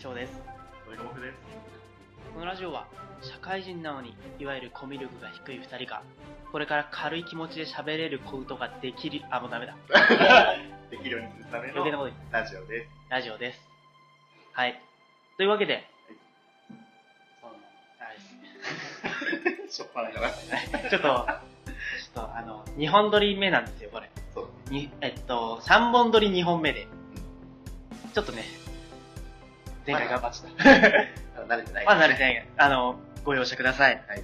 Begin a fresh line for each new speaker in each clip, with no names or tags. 長です
土井が僕です。
このラジオは社会人なのにいわゆるコミュ力が低い2人がこれから軽い気持ちで喋れることができるあもうダメだ
できるようにするため
余計な
の
ことです
ラジオです。
ラジオですはいというわけで、そう
しょっぱなから。
はいちょっとち ょっとあの2本撮り目なんですよこれ
そう。
にえっと3本撮り2本目でちょっとね前回頑張っ
ってた。慣れてない。
まだ慣れてないあのご容赦ください、
はい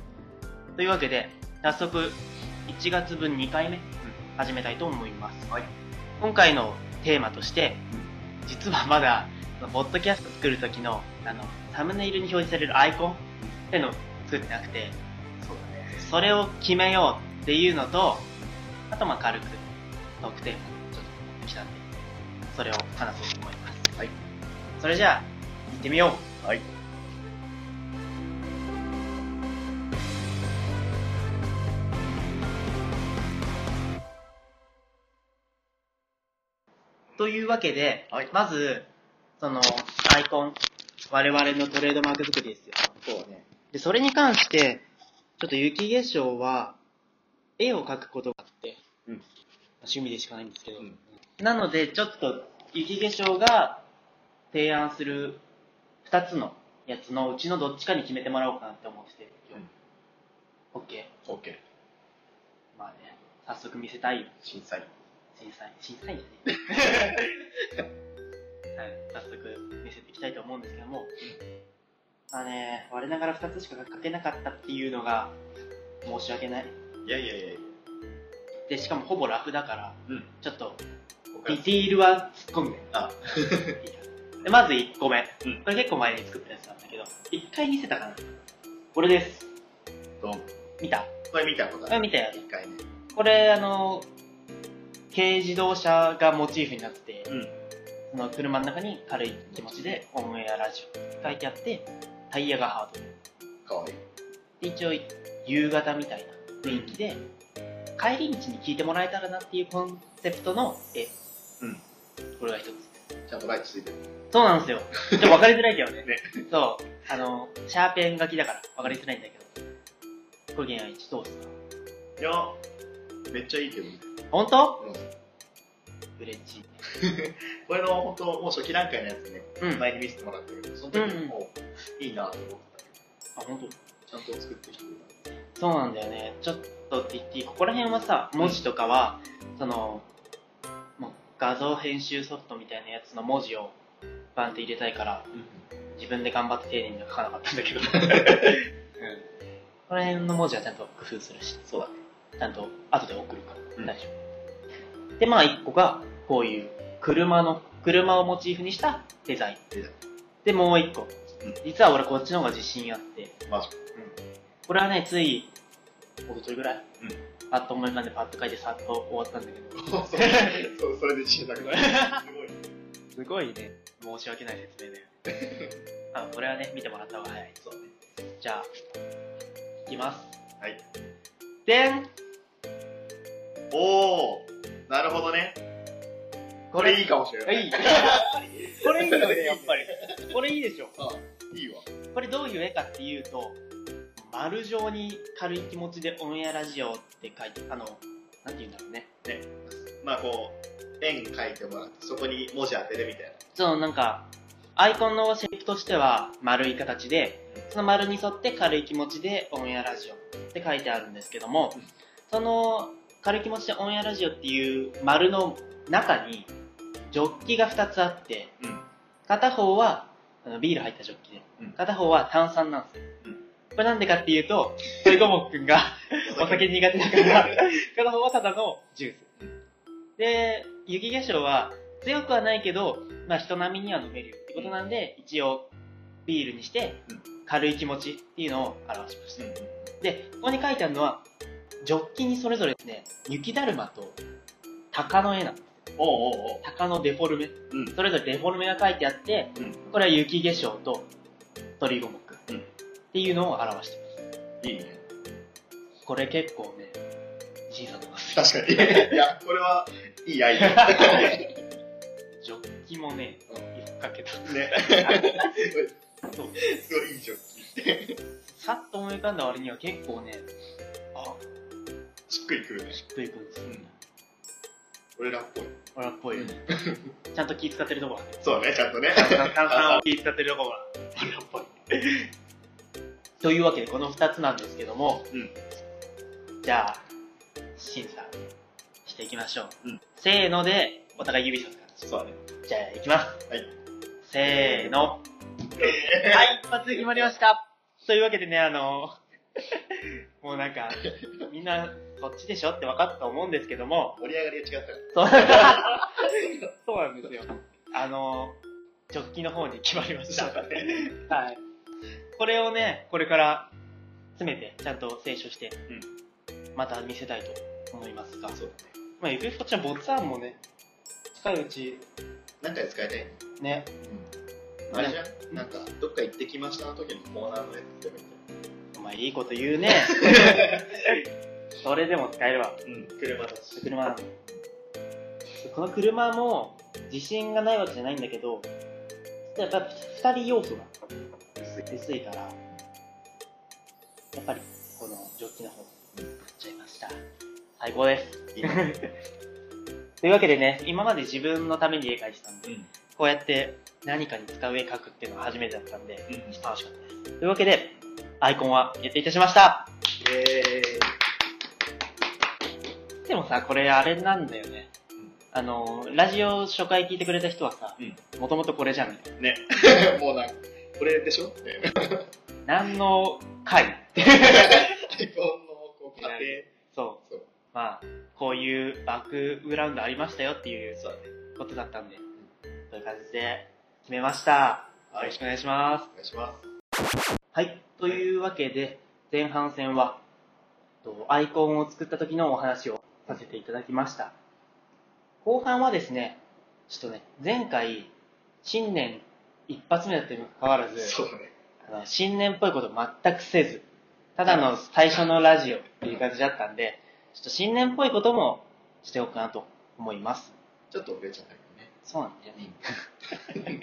というわけで早速1月分2回目始めたいと思います、
はい
今回のテーマとして実はまだそのポッドキャスト作る時のあのサムネイルに表示されるアイコンっていうのを作ってなくて
そうだね。
それを決めようっていうのとあとまあ軽くトークテーマちょっと来たんでそれを話そうと思います、
はい
それじゃあ行ってみよう
はい。
というわけで、
はい
まず、その、アイコン、我々のトレードマーク作りですよ。
そうだね。
で、それに関して、ちょっと雪化粧は、絵を描くことがあって、
うん
趣味でしかないんですけど、
うん
なので、ちょっと、雪化粧が提案する二つのやつのうちのどっちかに決めてもらおうかなって思ってて、オッケ
オッケー。
ー。まあね、早速見せたいよ。
審査員。
審査員、審査員だね。はい、早速見せていきたいと思うんですけども、まあね、我ながら2つしか書けなかったっていうのが申し訳ない。
いやいやいや
で、しかもほぼラフだから、
うん。
ちょっと
ここか
デ
ら
ィティールは突っ込んで。
あ
でまず1個目。
うん
これ結構前に作ったやつなんだけど、1回見せたかなこれです。
ドン。
見た
これ見たこと
こ
あ
れ
る。
見たやつ
一回ね。
これ、あの、軽自動車がモチーフになってて、
うん。
その車の中に軽い気持ちでオンエアラジオって書いてあってタイヤがハード
かわいい。
で一応夕方みたいな雰囲気で帰り道に聞いてもらえたらなっていうコンセプトの絵
うん
これが一つ
ちゃんとライトついてる。
そうなんですよちょっと分かりづらいけど ね
ね
そうあのシャーペン書きだから分かりづらいんだけどこれ現愛一どうですか
いや、めっちゃいいけどね。
本当
うん。
嬉しい
これの本当もう初期段階のやつね、
うんあ
前に見せてもらったけど、その時
うん
もういいなと思って
本当
たけど、ちゃんと作ってきてくれた。
そうなんだよね。ちょっとって言っていいここら辺はさ、文字とかは、その、もう画像編集ソフトみたいなやつの文字をバンって入れたいから、自分で頑張って丁寧には書かなかったんだけ ど。うん。この辺の文字はちゃんと工夫するし、
そうだね。
ちゃんと後で送るか
うん
ら、大丈夫。で、まあ一個が、こういう車の、車をモチーフにしたデザイン。
デザイン
で、もう一個
うん。
実は俺こっちの方が自信あって、
マジか。
これはね、つい、おとといぐらい、
うん
パッと思い浮かんでパッと書いてさっと終わったんだけど、
そうそう、それで死んだくない。す ご
す
い。
ごいね、申し訳ない説明だよ。 あこれはね、見てもらった方が早い。そうね。じゃあ、いきます。
はい。
でん
おー、なるほどね。これいいかもしれない。
いい。これいい よね、やっぱり。これいいでしょ。
いいわ。
これどういう絵かっていうと、丸状に軽い気持ちでオンエアラジオって書いて、あの、なんて言うんだろうね。
まあこう、円描いてもらって、そこに文字当てるみたい
そのなんか、アイコンのシェイプとしては丸い形で、その丸に沿って軽い気持ちでオンエアラジオって書いてあるんですけども
うん、
その軽い気持ちでオンエアラジオっていう丸の中に、ジョッキが2つあって、
な。うん。
片方はあのビール入ったジョッキで
うん、
片方は炭酸なんですよ
うん。
これなんでかっていうと、トイゴモッくんがお酒苦手だから、片方はただのジュース
うん。
で、雪化粧は強くはないけど、まあ人並みには飲めるよってことなんで、一応ビールにして
うん、
軽い気持ちっていうのを表しまし
う
た。
ん。
で、ここに書いてあるのは、ジョッキにそれぞれですね、雪だるまと鷹の絵なの。
おうおうおう。
鷹のデフォルメ。
うん
それぞれデフォルメが書いてあって、
うん
これは雪化粧と鳥五目、
うん
っていうのを表してま
いいね。
す。これ結構ね、審査とかする。
確 かに。 いや、これは、いいアイデア。
ジョッキもね、
うん
いっ
かけた。
ね。そうすごいいいジョッキー。
さっと思い浮かんだ割には結構ね、あ、
しっくりくるね。
しっくりくるんですよ。
俺らっぽい。
俺らっぽいよね。 ちゃんと気使ってるとこはね。
そうね、ちゃんとね。
炭酸を気使ってるとこは、俺らっぽい。 というわけで、この2つなんですけども、
うん
じゃあ、審査していきましょう。
うん
せーので、お互い指さす感
そうだね。
じ。じゃあ、いきます。
はい
せーの。はい、一発で決まりました。というわけでね、あの、 もうなんか、みんな、こっちでしょって分かったと思うんですけども、
盛り上がりが違ったから。
そうそうなんですよ。あの、ジョッキの方に決まりました。
そうだね。
はい。これをね、これから詰めて、ちゃんと清書して、また見せたいと思いますが、
そう
まあ、ゆくゆくこっちはボツアンもね、近いうち、
だね。なんかで使いたいね。
ね、
あれじゃんなんか、どっか行ってきましたの時のコーナーのやつでもいいんじ
お前いいこと言うね。それでも使えるわ。
ゃないうん。車だし。
車なのこの車も自信がないわけじゃないんだけどやっぱ2人要素が薄いからやっぱりこのジョッキの方買っちゃいました最高です
いいね。
というわけでね今まで自分のために絵描いてたんで
うん。
こうやって何かに使う絵描くっていうのは初めてだったんで
うん。
楽しかったですというわけでアイコンは決定いたしました
イエーイ。
でもさ、これあれなんだよね。あの、ラジオ初回聞いてくれた人はさ
うん、
もともとこれじゃん。
ね。 もうなんか、これでしょね。
何の回
基本のこう家
そう。
そう
まあ、こういうバックグラウンドありましたよっていう
そうだ
ことだったんで、そういう感じで決めました。
庭。
よ
は
ろ
い
し。くお願いしま
お願いします。
す。はい。というわけで、前半戦は、とアイコンを作った時のお話をさせていただきました。後半はですね、ちょっとね、前回、新年一発目だったにもかかわらず、
そうだね。
あの新年っぽいこと全くせず、ただの最初のラジオっていう感じだったんで、ちょっと新年っぽいこともしておこうかなと思います。
ちょっと遅れちゃったけどね。
そうなんだよね。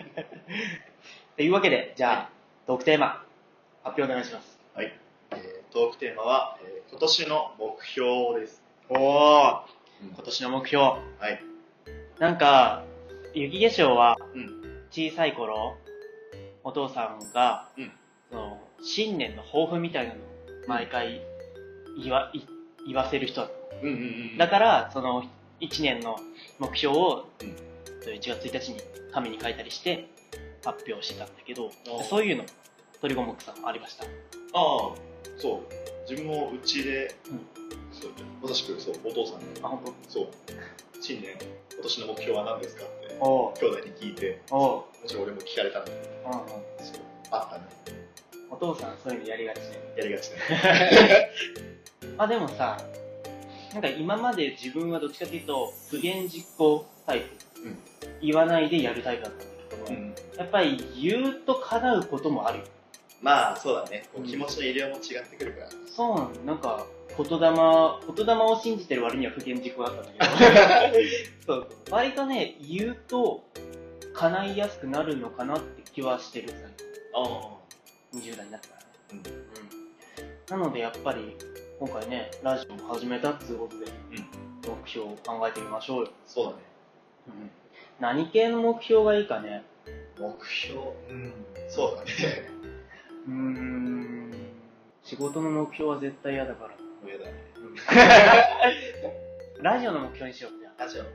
というわけで、じゃあ、トークテーマ、発表お願いします。
えートークテーマは、えー今年の目標です。
おお、
うん
今年の目標。
はい。
なんか、雪化粧は
うん、
小さい頃、お父さんが、
うん
その新年の抱負みたいなのを毎回言わい言わせる人だった
うんうんうん
だから、その、1年の目標を、
うん
1月1日に紙に書いたりして、発表してたんだけど
おう、
そういうの、鳥五目さんありました。
ああ、そう。自分もうちで、
うん
そうまさしくそう、お父さんに、
あ、本
そう、新年、今年の目標は何ですかって、
当。おう
兄弟に聞いて、
おう、
もちろん俺も聞かれたんだけど、
うんう
そうあったね。
ん。お父さんそういうのやりがちで。
やりがちね。
まあでもさ、なんか今まで自分はどっちかというと、不言実行タイプ。
うん
言わないでやるタイプだったんだけど、
ん。
やっぱり言うと叶うこともあるよ。
まあ、そうだね。こう
うん
気持ちの入れようも違ってくるから。
そうなの、なんか、言霊、言霊を信じてる割には不言実行だったんだけど。 そうそう割とね、言うと、叶いやすくなるのかなって気はしてる。
あ
20代になったからね。
うん
なので、やっぱり、今回ね、ラジオも始めたっていうことで、目標を考えてみましょうよ。
そうだね。
何系の目標がいいかね。
目標。うん。そうだね。
うーん。仕事の目標は絶対嫌だから。
上だね。
ラジオの目標にしようじゃ
ラジオの
あ。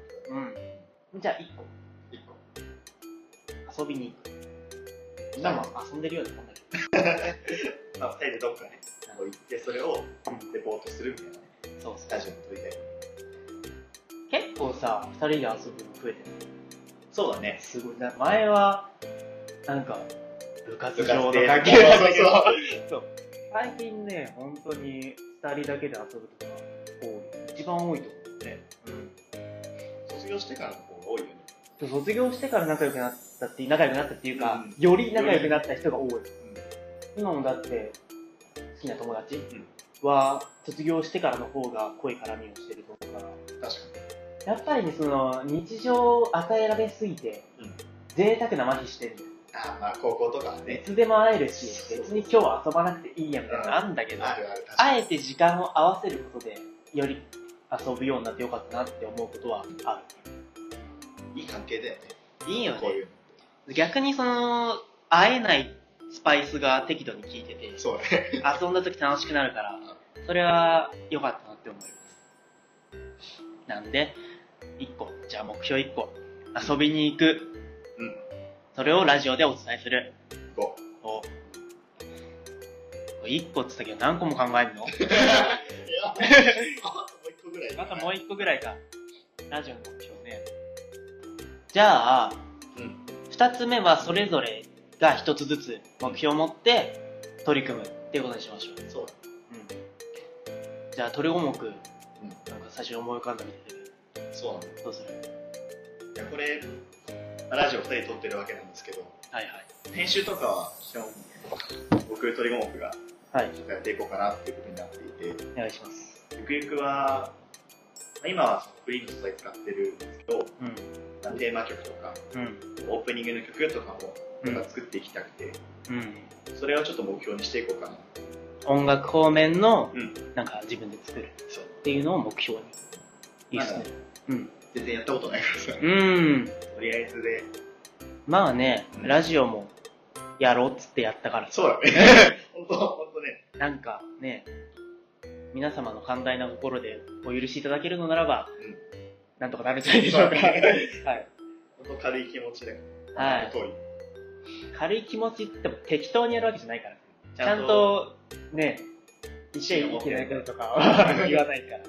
うん。じゃあ、1個。
一個。
遊びに行く。
な
多
るほ
分遊んでるようなもんだけ
まあ、二人でどっかね、こう行って、それを
ど。
レポートするみたいなね。
そうそ
ラ
う。
ジオに撮りたい。
結構さ、二人で遊ぶの増えてる。
そうだね。
すごい。な前は、なんか、部活
部
上の
活
関係
で。
だけ
そう
ど
そうそう。
最近ね、本当に二人だけで遊ぶとか多い。一番多いと思う。
ね
うん。
卒業してからの方が多いよね。
卒業してから仲良くなったっていう、仲良くなったっていうか、
うん
より仲良くなった人が多い。今もだって、好きな友達は、卒業してからの方が濃い絡みをしてると思うから、
確か
やっぱりね、その、日常を与えられすぎて、
うん
贅沢な麻痺してる
あーまあ高校とかはいね
つでも会えるし
そう
別に今日は遊ばなくていいやみたいなのあるんだけど
あるある確か
あ
に
えて時間を合わせることでより遊ぶようになってよかったなって思うことはあ
いい関係だよね
るいいよ
こういう
逆にその会えないスパイスが適度に効いてて
のそう だね
遊んだ時楽しくなるからそれは良かったなって思いますなんで1個じゃあ目標1個遊びに行く
うん
それをラジオでお伝えする
こ
お1個っつったけど何個も考えるの
ういやあともう一個ぐらい
あともう1個ぐらいかラジオの目標ねじゃあ
うん
2つ目はそれぞれが1つずつ目標を持って取り組むっていうことにしましょう
そうだ
うんじゃあ鳥五目、なんか最初に思い浮かんだみたい
そうなんだ
どうする
いやこれまあラジオ2人撮ってるわけなんですけど
はいはい
編集とかは基本僕鳥も僕が
はい
やっていこうかなっていうことになっていて
お願いします
ゆくゆくは、まあ今はそのフリーの素材使ってるんですけ
う
ど、
ん
まあテーマ曲とか、
うん
オープニングの曲とかも、
うん
また作っていきたくて、
うん
それをちょっと目標にしていこうかな。
音楽方面の、
うん
なんか自分で作る
そう。
っていうのを目標にいいっすねうん
全然やったことないからさ、
うん
とりあえずで。
まあね
うん
ラジオもやろうっつってやったから
そうだね。本当本当ね。
なんかね皆様の寛大な心でお許しいただけるのならば、
うん
なんとかなるんじゃないでしょうか
そうだ
はい
本当軽い気持ちだか
は
ら。
い
遠い。
軽い気持ちっても適当にやるわけじゃないから
ち
ちゃん、とね、一試合いけないこととかは言わないから、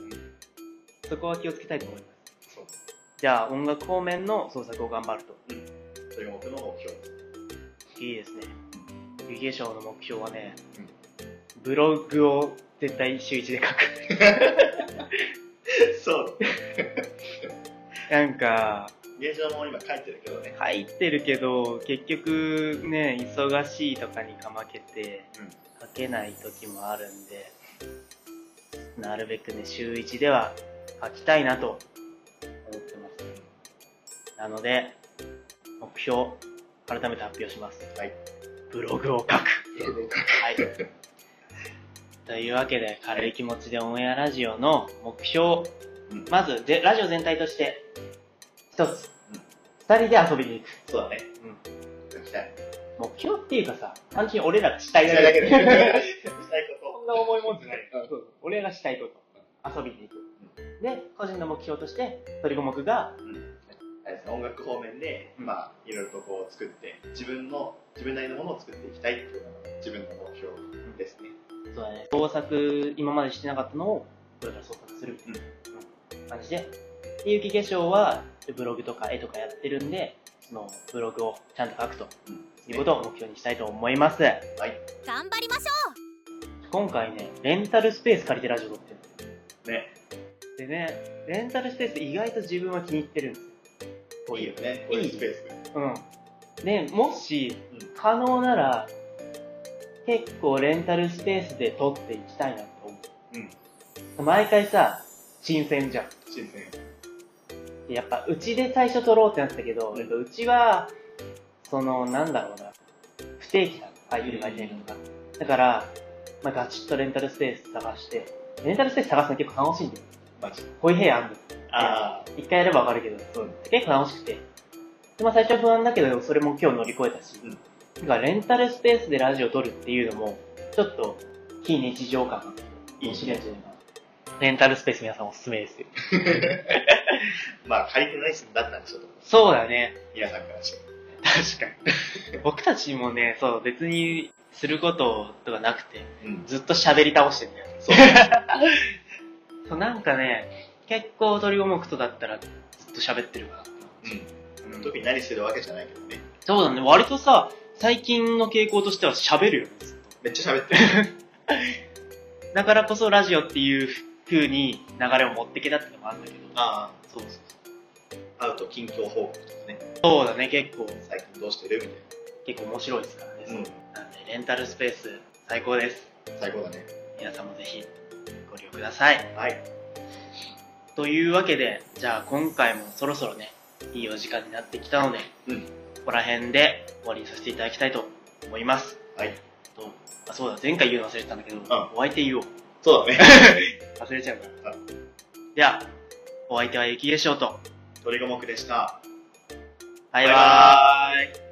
そこは気をつけたいと思います。
そう。
じゃあ、音楽方面の創作を頑張ると。
鳥も僕の目標。
いいですね。雪化粧の目標はね
うん、
ブログを絶対週一で書く。
そう。
なんか、
現状も今書いてるけどね。
書いてるけど、結局ね、忙しいとかにかまけて、書けない時もあるんで、なるべくね、週一では書きたいなと思ってます。なので、目標、改めて発表します。
はい。
ブログを書 く。
ブログを書く。
はい。というわけで、軽い気持ちでオンエアラジオの目標、
うん
まずで、ラジオ全体として、一つ
うん、
二、人で遊びに行く。
そうだね。
うん
書きたい。
目標っていうかさ、単純に俺らがしたい
し
だ
たいだけ
け
で。
で。
したいこと。
そんな重いもんじゃない
うん。
そう俺がしたいこと。遊びに行く。で、個人の目標として、鳥五目が、
あれですね音楽方面で、
うん
まあ、いろいろとこう作って自分の自分なりのものを作っていきたいっていうのが自分の目標ですね、
そうだね、創作、今までしてなかったのを、これから創作するみたいな感じで。で、雪化粧は、ブログとか絵とかやってるんで、そのブログをちゃんと書くということを目標にしたいと思います。
頑張りましょ
今回ね、レンタルスペース借りてラジオ撮ってる
ね
でね、レンタルスペース意外と自分は気に入ってるんですこう
いい
い
よ
う。
ねこういうスペース
うん。で、もし
うん、
可能なら、結構レンタルスペースで撮っていきたいなと思
うん
う。毎回さ、新鮮じゃん。
新鮮
やっぱうちで最初取ろうってなってたけど、
うん
やっぱうちはそのなんだろうな不定期な空いてる空いてないとか、だから、まあ、ガチッとレンタルスペース探してレンタルスペース探すの結構楽しいんだよ
マジ
こういう部屋あんの
ああ
一回やればわかるけど、
うん
結構楽しくてで、まあ、最初は不安だけどそれも今日乗り越えたし、
うん
だからレンタルスペースでラジオ撮るっていうのもちょっと非日常感が面白いんじゃないかなレンタルスペース皆さんおすすめですよ
まあ借りてない人だったんでちょっと
そうだね
皆さんからして
確かに。僕たちもね、そう、別にすることとかなくて、
うん
ずっと喋り倒してんだよ。
そう
そう、なんかね、結構鳥五目とだったらずっと喋ってるから。
うん特に何してるわけじゃないけどね
そうだね、割とさ、最近の傾向としては喋るよね、ずっ
めっちゃ喋ってる
と。だからこそラジオっていう風に流れを持ってけたってのもあるんだけど。
ああ
そうそう
会うと近況報告とかね
そうだね、結構、
最近どうしてるみ
結構面白いですからね。
たいな、
なんで、レンタルスペース、最高です。
最高だね
皆さんもぜひご利用ください。
はい
というわけで、じゃあ今回もそろそろね、いいお時間になってきたので、
うん
ここら辺で終わりにさせていただきたいと思います。
はい。
とあそうだ、前回言うの忘れてたんだけど、お相手言おう。
そうだね。
忘れちゃうから
あ。
では、お相手は雪でしょうと。
鳥五目でした。
バイバーイ。
バイバーイ。